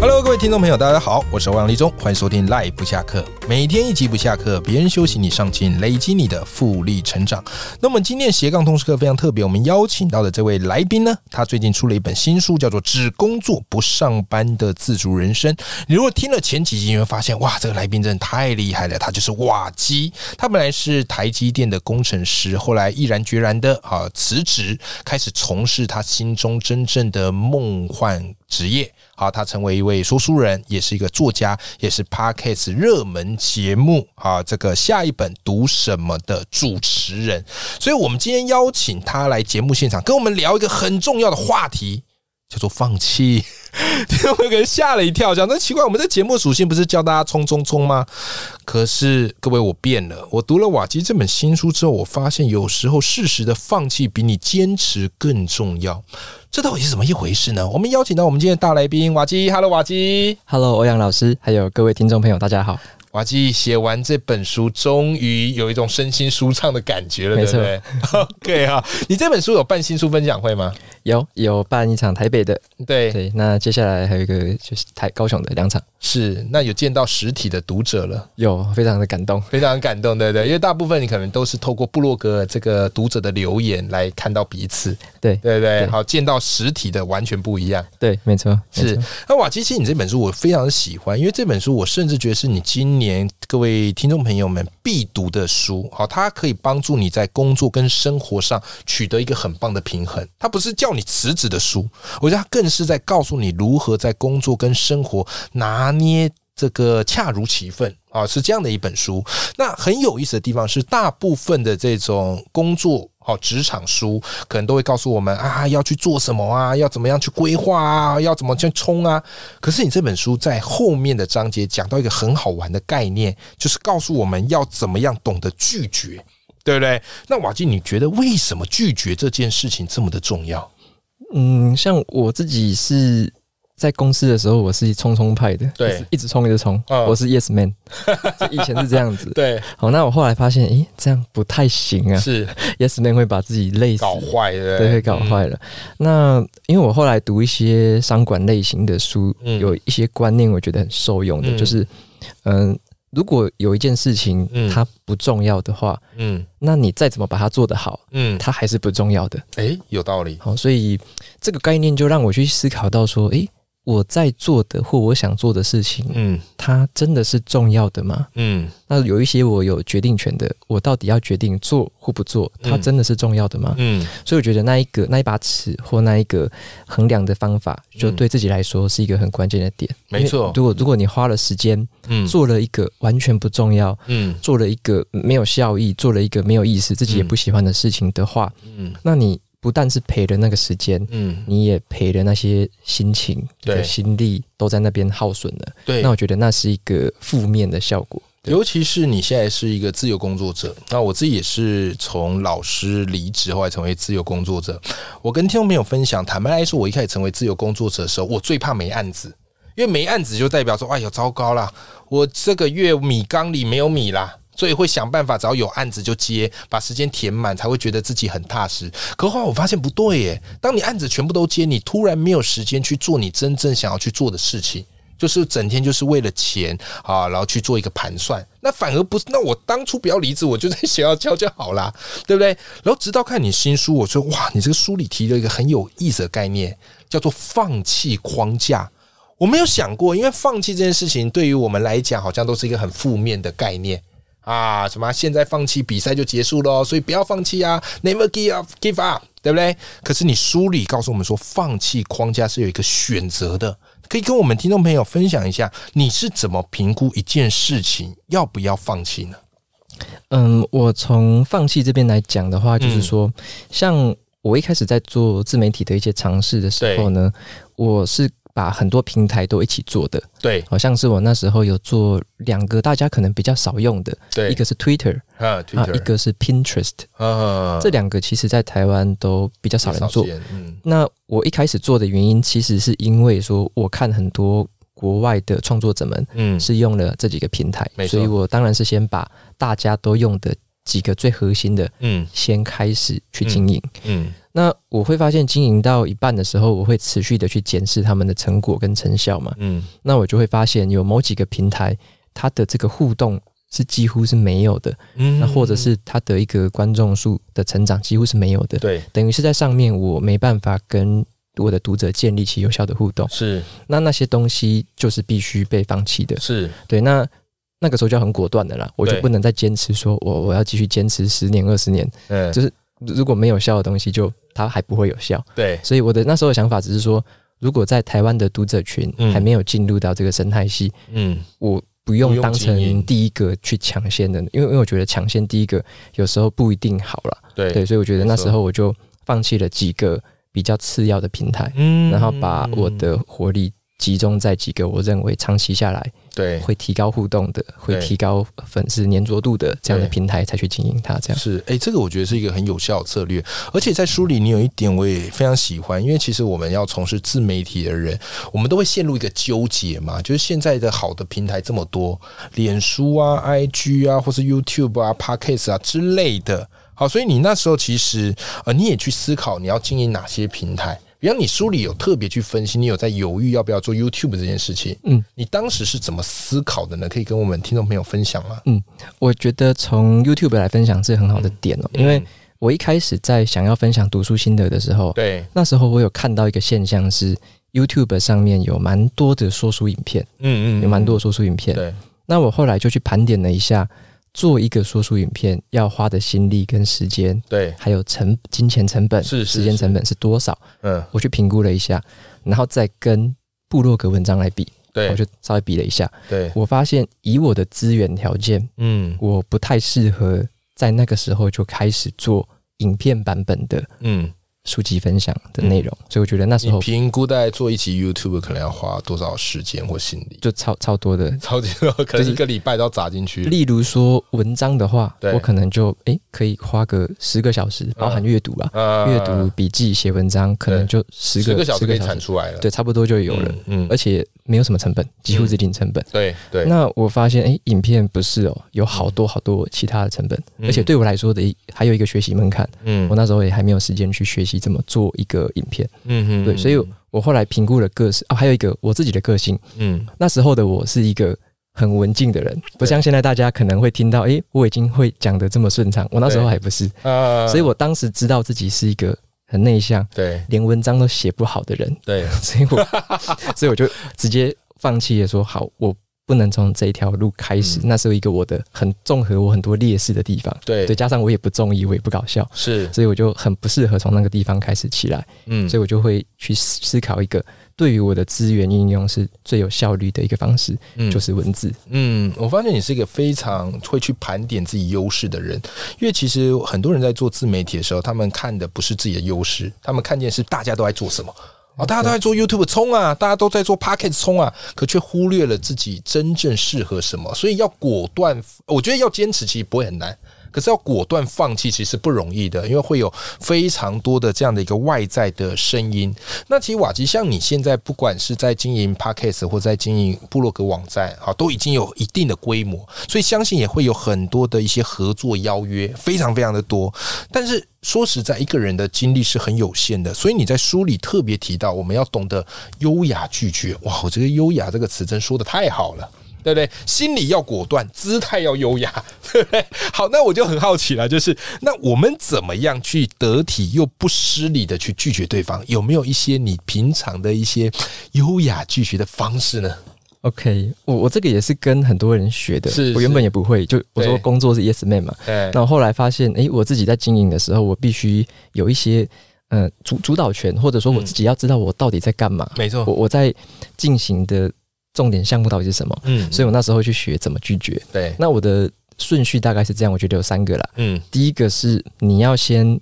Hello，各位听众朋友，大家好，我是欧阳立中，欢迎收听《赖不下课》，每天一集不下课，别人休息你上进，累积你的复利成长。那么今天斜杠通识课非常特别，我们邀请到的这位来宾呢，他最近出了一本新书，叫做《只工作不上班的自主人生》。你如果听了前几集，你会发现，哇，这个来宾真的太厉害了，他就是瓦基，他本来是台积电的工程师，后来毅然决然的啊辞职，开始从事他心中真正的梦幻职业。好，他成为一位说书人，也是一个作家，也是 Podcast 热门节目啊，这个下一本读什么的主持人。所以，我们今天邀请他来节目现场，跟我们聊一个很重要的话题，叫做放弃。 听众朋友可能吓了一跳，讲那奇怪，我们这节目属性不是教大家冲冲冲吗？可是各位，我变了。我读了瓦基这本新书之后，我发现有时候适时的放弃比你坚持更重要。这到底是怎么一回事呢？我们邀请到我们今天的大来宾瓦基，Hello 瓦基。 Hello，欧阳老师，还有各位听众朋友，大家好。瓦基写完这本书，终于有一种身心舒畅的感觉了，对不没错对 ？OK 哈，你这本书有办新书分享会吗？有有办一场台北的，对，对，那接下来还有一个就是台高雄的两场，是那有见到实体的读者了，有非常的感动。非常感动，对不对？因为大部分你可能都是透过部落格这个读者的留言来看到彼此，对对不对？对好，见到实体的完全不一样。对，没错，没是错，那瓦基，其实你这本书我非常喜欢，因为这本书我甚至觉得是你今年各位听众朋友们必读的书。好，它可以帮助你在工作跟生活上取得一个很棒的平衡。它不是叫你辞职的书，我觉得它更是在告诉你如何在工作跟生活拿捏这个恰如其分啊，是这样的一本书。那很有意思的地方是，大部分的这种工作。好，职场书可能都会告诉我们啊，要去做什么啊，要怎么样去规划啊，要怎么去冲啊。可是你这本书在后面的章节讲到一个很好玩的概念，就是告诉我们要怎么样懂得拒绝，对不对？那瓦基，你觉得为什么拒绝这件事情这么的重要？嗯，像我自己是在公司的时候，我是冲冲派的，对一直，一直冲，一直冲，嗯我是 Yes Man，就以前是这样子。对，好，那我后来发现，诶，这样不太行啊是，Yes Man 会把自己累死，搞坏，对嗯不对，对？会搞坏了。那因为我后来读一些商管类型的书，嗯有一些观念我觉得很受用的，嗯就是嗯、如果有一件事情嗯它不重要的话，嗯那你再怎么把它做得好，嗯，它还是不重要的。诶，有道理，好，所以这个概念就让我去思考到说，诶，我在做的或我想做的事情，嗯它真的是重要的吗？嗯那有一些我有决定权的，我到底要决定做或不做，它嗯真的是重要的吗？嗯所以我觉得那一个那一把尺或那一个衡量的方法，就对自己来说是一个很关键的点。没错因为如果如果你花了时间嗯，做了一个完全不重要，嗯做了一个没有效益，做了一个没有意思，自己也不喜欢的事情的话，嗯那你不但是赔了那个时间。嗯，你也赔了那些心情、对你的心力都在那边耗损了。对那。我觉得那是一个负面的效果。对尤其是你现在是一个自由工作者，那我自己也是从老师离职，后来成为自由工作者。我跟听众朋友分享，坦白来说，我一开始成为自由工作者的时候，我最怕没案子，因为没案子就代表说，哎呦，糟糕啦，我这个月米缸里没有米啦。所以会想办法，只要有案子就接，把时间填满，才会觉得自己很踏实。可后来我发现不对耶，当你案子全部都接，你突然没有时间去做你真正想要去做的事情。就是整天就是为了钱啊，然后去做一个盘算，那反而不是。那我当初不要离职，我就在学校教就好啦，对不对？然后直到看你新书，我说哇，你这个书里提了一个很有意思的概念，叫做放弃框架。我没有想过，因为放弃这件事情对于我们来讲，好像都是一个很负面的概念。啊，什么现在放弃比赛就结束喽，所以不要放弃啊，never give up give up，对不对？可是你书里告诉我们说，放弃框架是有一个选择的，可以跟我们听众朋友分享一下，你是怎么评估一件事情要不要放弃呢？嗯，我从放弃这边来讲的话，嗯就是说，像我一开始在做自媒体的一些尝试的时候呢，我是把很多平台都一起做的，对好像是我那时候有做两个大家可能比较少用的，对，一个是 Twitter，啊啊，一，Twitter 个是 Pinterest，啊，这两个其实在台湾都比较少人做。见，嗯，那我一开始做的原因，其实是因为说我看很多国外的创作者们嗯，是用了这几个平台没，错所以我当然是先把大家都用的几个最核心的嗯先开始去经营。嗯那我会发现经营到一半的时候，我会持续的去检视他们的成果跟成效嘛。嗯，那我就会发现有某几个平台，它的这个互动是几乎是没有的，嗯那或者是它的一个观众数的成长几乎是没有的，对，等于是在上面我没办法跟我的读者建立起有效的互动，是那那些东西就是必须被放弃的。是，对，那那个时候就很果断的啦，我就对不能再坚持说我我要继续坚持十年二十年，嗯，就是如果没有效的东西就它还不会有效。对，所以我的那时候的想法只是说，如果在台湾的读者群嗯还没有进入到这个生态系，嗯我不不用用当经营成第一个去抢先的，因为因为我觉得抢先第一个有时候不一定好了。对对，所以我觉得没那错时候我就放弃了几个比较次要的平台，嗯然后把我的火力集中在几个我认为长期下来对会提高互动的、会对提高粉丝粘着度的这样的对平台，才去经营它。这样是，哎、这个我觉得是一个很有效的策略。而且在书里，你有一点我也非常喜欢，因为其实我们要从事自媒体的人，我们都会陷入一个纠结嘛，就是现在的好的平台这么多，脸书啊、IG 啊，或是 YouTube 啊、Podcast 啊之类的。好，所以你那时候其实呃，你也去思考你要经营哪些平台。比方你书里有特别去分析，你有在犹豫要不要做 YouTube 这件事情，嗯，你当时是怎么思考的呢？可以跟我们听众朋友分享吗？我觉得从 YouTube 来分享是很好的点哦、因为嗯我一开始在想要分享读书心得的时候，对，那时候我有看到一个现象是。YouTube 上面有蛮多的说书影片，嗯有蛮多的说书影片。对，那我后来就去盘点了一下，做一个说书影片要花的心力跟时间，对，还有成金钱成本、是是时间成本是多少，嗯，我去评估了一下，然后再跟部落格文章来比，对，我就稍微比了一下，对，我发现以我的资源条件，嗯我不太适合在那个时候就开始做影片版本的嗯，书籍分享的内容，所以我觉得那时你候评估大概做一集 YouTube 可能要花多少时间或心力？就超超多的超级多，可就能是一个礼拜都要砸进去。例如说文章的话对，嗯我可能就诶、可以花个十个小时，包含阅读啊，啊阅、读笔记、写文章，可能就十十个个小时可以10产出来了，对，差不多就有了，嗯，嗯，而且没有什么成本，几乎是零成本。对对，那我发现，诶，影片不是哦，有好多好多其他的成本，嗯而且对我来说的一还有一个学习门槛，嗯我那时候也还没有时间去学习怎么做一个影片。嗯嗯对，所以我后来评估了个性啊，还有一个我自己的个性，嗯那时候的我是一个很文静的人，不像现在大家可能会听到，诶，我已经会讲的这么顺畅，我那时候还不是，啊，所以我当时知道自己是一个很内向，对连文章都写不好的人，对，所以我 所以我就直接放弃了说，好，我不能从这一条路开始，嗯那是一个我的很综合我很多劣势的地方，对对，加上我也不中意，我也不搞笑。是，所以我就很不适合从那个地方开始起来，嗯，所以我就会去思思考一个对于我的资源应用是最有效率的一个方式，嗯就是文字。嗯，我发现你是一个非常会去盘点自己优势的人，因为其实很多人在做自媒体的时候，他们看的不是自己的优势，他们看见是大家都在做什么。啊、大家都在做 YouTube 冲啊，大家都在做 p o c k e t 冲啊，可却忽略了自己真正适合什么，所以要果断。我觉得要坚持其实不会很难，可是要果断放弃其实不容易的，因为会有非常多的这样的一个外在的声音。那其实瓦吉，像你现在不管是在经营 podcast 或在经营部落格网站，啊，都已经有一定的规模，所以相信也会有很多的一些合作邀约，非常非常的多。但是说实在，一个人的精力是很有限的，所以你在书里特别提到，我们要懂得优雅拒绝。哇，我这个“优雅”这个词真说的太好了。对不对？心里要果断，姿态要优雅， 对不对？好，那我就很好奇了，就是那我们怎么样去得体又不失礼的去拒绝对方？有没有一些你平常的一些优雅拒绝的方式呢？ OK，我我这个也是跟很多人学的，是我原是本也不会，就我说对工作是 Yes Man 嘛，哎那我后来发现，诶，我自己在经营的时候，我必须有一些呃主主导权，或者说我自己要知道我到底在干嘛，没错我，我在进行的重点项目到底是什么，嗯，所以我那时候去学怎么拒绝。对，那我的顺序大概是这样，我觉得有三个啦。嗯第一个是你要先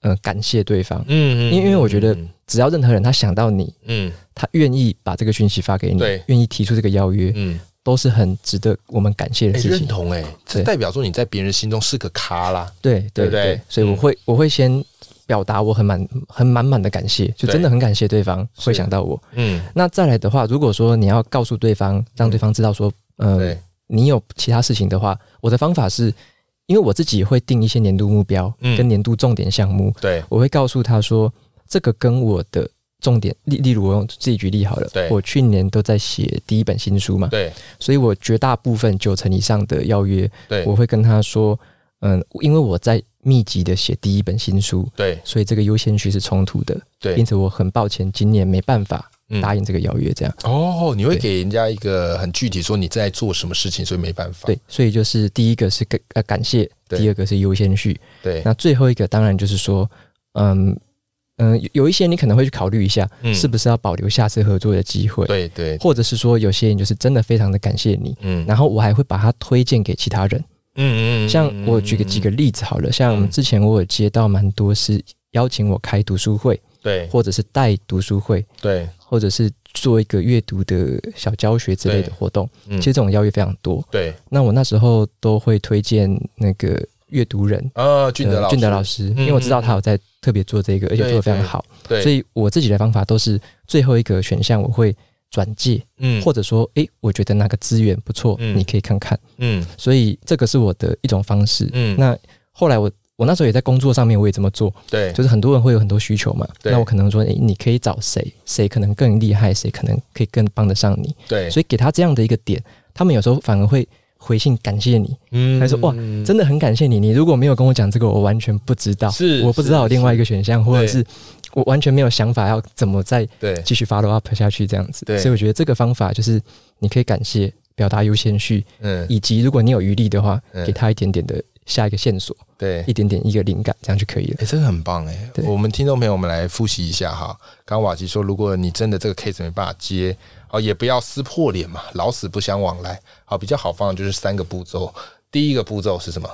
呃感谢对方。嗯因为我觉得嗯只要任何人他想到你，嗯他愿意把这个讯息发给你对，愿意提出这个邀约，嗯，都是很值得我们感谢的哎事认情。同哎，这对代表说你在别人心中是个咖啦。对对对不对嗯对，所以我会我会先表达我很满很满满的感谢，就对真的很感谢对方会想到我。嗯，那再来的话，如果说你要告诉对方，让对方知道说，呃，对，你有其他事情的话，我的方法是，因为我自己会定一些年度目标嗯跟年度重点项目，对，我会告诉他说，这个跟我的重点，例例如我用自己举例好了对，我去年都在写第一本新书嘛，对，所以我绝大部分九成以上的邀约，对，我会跟他说，嗯，因为我在密集的写第一本新书，对，所以这个优先序是冲突的，因对，此我很抱歉，今年没办法嗯答应这个邀约，这样、哦，你会对给人家一个很具体说你在做什么事情，所以没办法。对，所以就是第一个是感呃感谢，对第二个是优先序，对，那最后一个当然就是说，嗯嗯，有有一些你可能会去考虑一下，嗯是不是要保留下次合作的机会，对对，或者是说有些人就是真的非常的感谢你。嗯然后我还会把它推荐给其他人，嗯嗯嗯像我举个几个，例子好了，像之前我有接到蛮多是邀请我开读书会，对或者是带读书会，对，或者是做一个阅读的小教学之类的对活动，嗯其实这种邀约非常多。对，那我那时候都会推荐那个阅读人呃，俊德呃老师，俊德老师，嗯因为我知道他有在特别做这个，而且做的非常好，对，所以以我自己的方法都是最后一个选项我会转介，嗯或者说，诶，我觉得哪个资源不错，嗯你可以看看。嗯所以这个是我的一种方式。嗯那后来我我那时候也在工作上面，我也这么做，对就是很多人会有很多需求嘛。对那我可能说，诶，你可以找谁？谁可能更厉害？谁可能可以更帮得上你？对，所以给他这样的一个点，他们有时候反而会回信感谢你，以他说哇嗯真的很感谢你。你如果没有跟我讲这个，我完全不知道，是我不知道有另外一个选项，或者对是我完全没有想法要怎么再对继续 follow up 下去这样子对。所以我觉得这个方法就是你可以感谢、表达优先序，嗯以及如果你有余力的话，嗯给他一点点的下一个线索，对一点点一个灵感，这样就可以了。哎、这个很棒哎、对我们听众朋友，我们来复习一下哈。刚刚瓦吉说，如果你真的这个 case 没办法接，哦，也不要撕破脸嘛，老死不相往来。好，比较好方法就是三个步骤。第一个步骤是什么？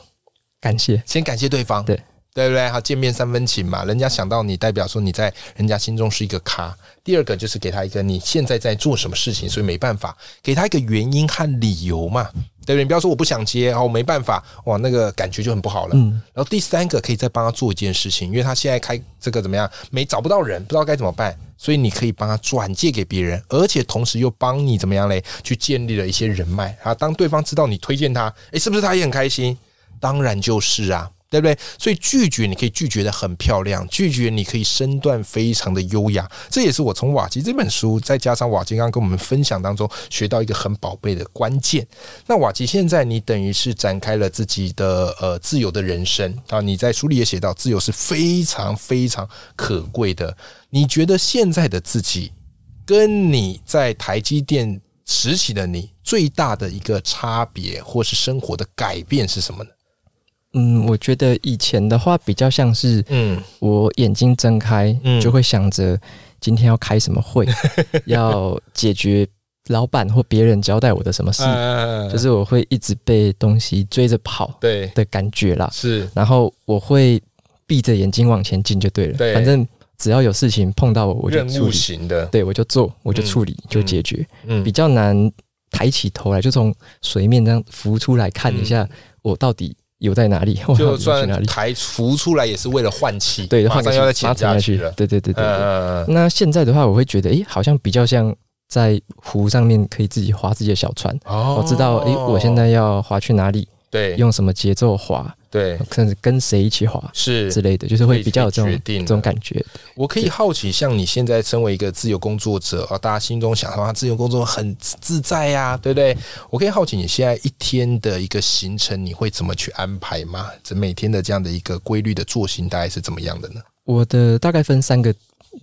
感谢，先感谢对方，对对不对？好，见面三分情嘛，人家想到你，代表说你在人家心中是一个咖。第二个就是给他一个你现在在做什么事情，所以没办法，给他一个原因和理由嘛，对不对？你不要说我不想接，哦，我没办法，哇，那个感觉就很不好了。嗯，然后第三个可以再帮他做一件事情，因为他现在开这个怎么样，没找不到人，不知道该怎么办，所以你可以帮他转借给别人，而且同时又帮你怎么样嘞，去建立了一些人脉啊。当对方知道你推荐他，诶，是不是他也很开心？当然就是啊。对不对？所以拒绝你可以拒绝的很漂亮，拒绝你可以身段非常的优雅，这也是我从瓦吉这本书，再加上瓦吉刚刚跟我们分享当中学到一个很宝贝的关键。那瓦吉，现在你等于是展开了自己的呃自由的人生啊！你在书里也写到，自由是非常非常可贵的。你觉得现在的自己跟你在台积电时期的你最大的一个差别，或是生活的改变是什么呢？嗯，我觉得以前的话比较像是嗯，我眼睛睁开，嗯就会想着今天要开什 么会，要解决老板或别人交代我的什么事，呃就是我会一直被东西追着跑对，的感觉啦。是，然后我会闭着眼睛往前进就对了，对反正只要有事情碰到我，我就任处务理，型的，对我就做，我就处理，就解决，比嗯，较难抬起头来，就从水面这样浮出来看一下，我到底游在哪里，我嗯 到就底游去哪算里？台浮出来也是为了换气，对，马换个上要再马潜上下下去了，对对对对对。呃，那现在的话，我会觉得，诶，好像比较像在湖上面可以自己划自己的小船。哦我知道，诶，我现在要划去哪里，对用什么节奏划，对甚至跟谁一起划是之类的，就是会比较有这可以决种定了这种感觉。我可以好奇，像你现在身为一个自由工作者啊，大家心中想说啊，自由工作很自在呀、对不对？我可以好奇你现在一天的一个行程，你会怎么去安排吗？这每天的这样的一个规律的作息大概是怎么样的呢？我的大概分三个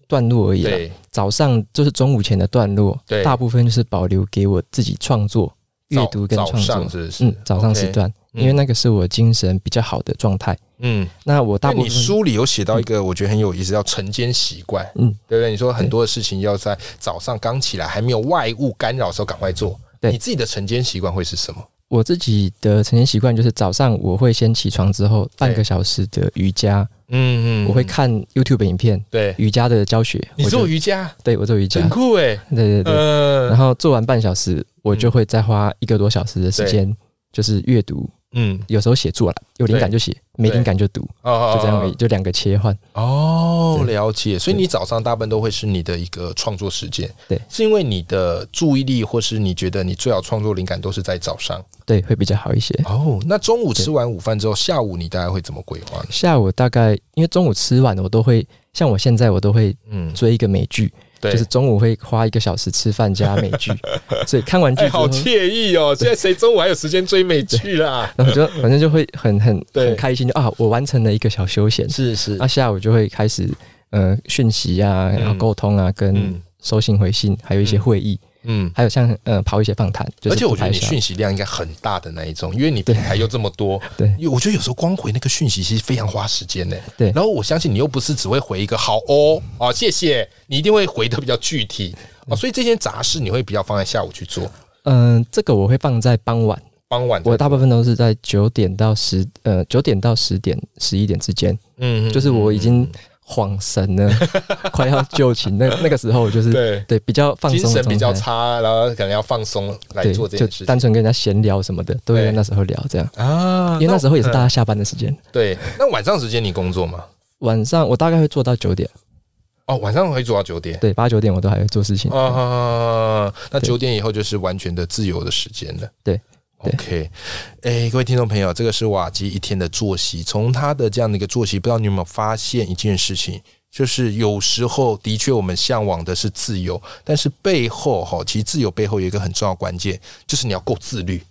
段落而已啦。早上就是中午前的段落对，大部分就是保留给我自己创作、阅早读跟早创上作。是不是？嗯，早上时 OK，段，嗯因为那个是我精神比较好的状态。嗯，那我大但部你分书里有写到一个我觉得很有意思，叫晨间习惯，嗯，对不对？你说很多的事情要在早上刚起来还没有外物干扰的时候赶快做，对你自己的晨间习惯会是什么？我自己的晨间习惯就是早上我会先起床之后半个小时的瑜伽，嗯我会。看 YouTube 影片对，瑜伽的教学。你我就做瑜伽，对我做瑜伽很，酷哎。对对对。然呃，后做完半小时，我就会再花一个多小时的时间，就是阅读，嗯，有时候写作了，有灵感就写，没灵感就读，哦就这样而已，。就两个切换。哦，对了解。所以你早上大部分都会是你的一个创作时间，对，是因为你的注意力，或是你觉得你最好创作灵感都是在早上。对，会比较好一些。哦，那中午吃完午饭之后，下午你大概会怎么规划呢？下午大概因为中午吃完，我都会像我现在我都会嗯，追一个美剧，对，就是中午会花一个小时吃饭加美 剧，所以看完剧哎，之后好，惬意哦！现在谁中午还有时间追美剧 啦？然后就反正就会很很 对很开心，就啊，我完成了一个小休闲。是是那下午就会开始呃讯息啊，然后嗯沟通啊，跟嗯收信回信，还有一些嗯会议，嗯。还有像呃跑一些访谈，就是而且我觉得你不拍下讯息量应该很大的那一种，因为你平台又这么多，对因为我觉得有时候光回那个讯息其实非常花时间呢、对然后我相信你又不是只会回一个好哦，啊谢谢，你一定会回的比较具体啊，所以这些杂事你会比较放在下午去做，嗯、这个我会放在傍晚，傍晚我大部分都是在九点到十呃九点到十点十一点之间，嗯就是我已经恍神了， 快要就寝那那个时候，我就是对对比较放精松的神状态，比较差，然后可能要放松来对，做这就件事情单纯跟人家闲聊什么的，都会对在那时候聊这样，啊因为那时候也是大嗯家下班的时间。 对，那晚上时间你工作吗？晚上我大概会做到九点，哦，晚上会做到九点。对，八九点我都还会做事哦情。啊，那对九点以后就是完全的自由的时间了。对对，OK，哎、各位听众朋友，这个是瓦基一天的作息。从他的这样的一个作息，不知道你有没有发现一件事情，就是有时候的确我们向往的是自由，但是背后哈，其实自由背后有一个很重要的关键，就是你要够自律。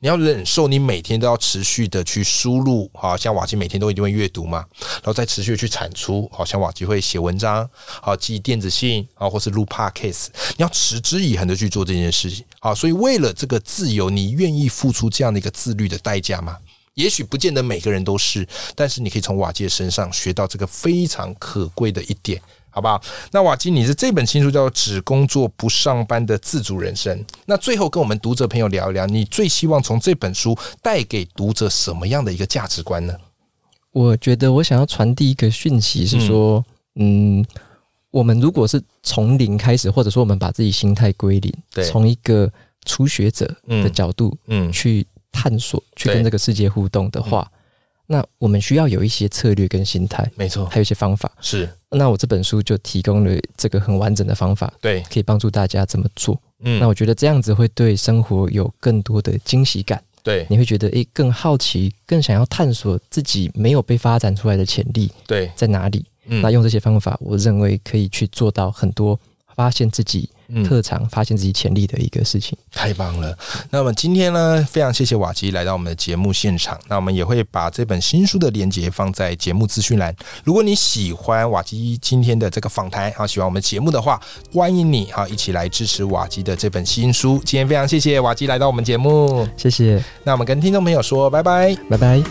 你要忍受，你每天都要持续的去输入，好像瓦基每天都一定会阅读嘛，然后再持续地去产出，好像瓦基会写文章，好寄电子信啊，或是录 podcast，你要持之以恒的去做这件事情啊。所以为了这个自由，你愿意付出这样的一个自律的代价吗？也许不见得每个人都是，但是你可以从瓦基的身上学到这个非常可贵的一点，好不好？那瓦基，你是这本新书叫做《只工作不上班的自主人生》，那最后跟我们读者朋友聊一聊，你最希望从这本书带给读者什么样的一个价值观呢？我觉得我想要传递一个讯息是说，嗯我们如果是从零开始，或者说我们把自己心态归零对，从一个初学者的嗯角度嗯去探索、去对跟这个世界互动的话，那我们需要有一些策略跟心态，没错，还有一些方法。是那我这本书就提供了这个很完整的方法，对，可以帮助大家怎么做。嗯，那我觉得这样子会对生活有更多的惊喜感，对你会觉得诶更好奇，更想要探索自己没有被发展出来的潜力对，在哪里。嗯那用这些方法，我认为可以去做到很多发现自己嗯特长、发现自己潜力的一个事情。太棒了！那么今天呢，非常谢谢瓦基来到我们的节目现场。那我们也会把这本新书的链接放在节目资讯栏。如果你喜欢瓦基今天的这个访谈，好啊喜欢我们节目的话，欢迎你啊哈一起来支持瓦基的这本新书。今天非常谢谢瓦基来到我们节目，谢谢，那我们跟听众朋友说拜拜。拜拜。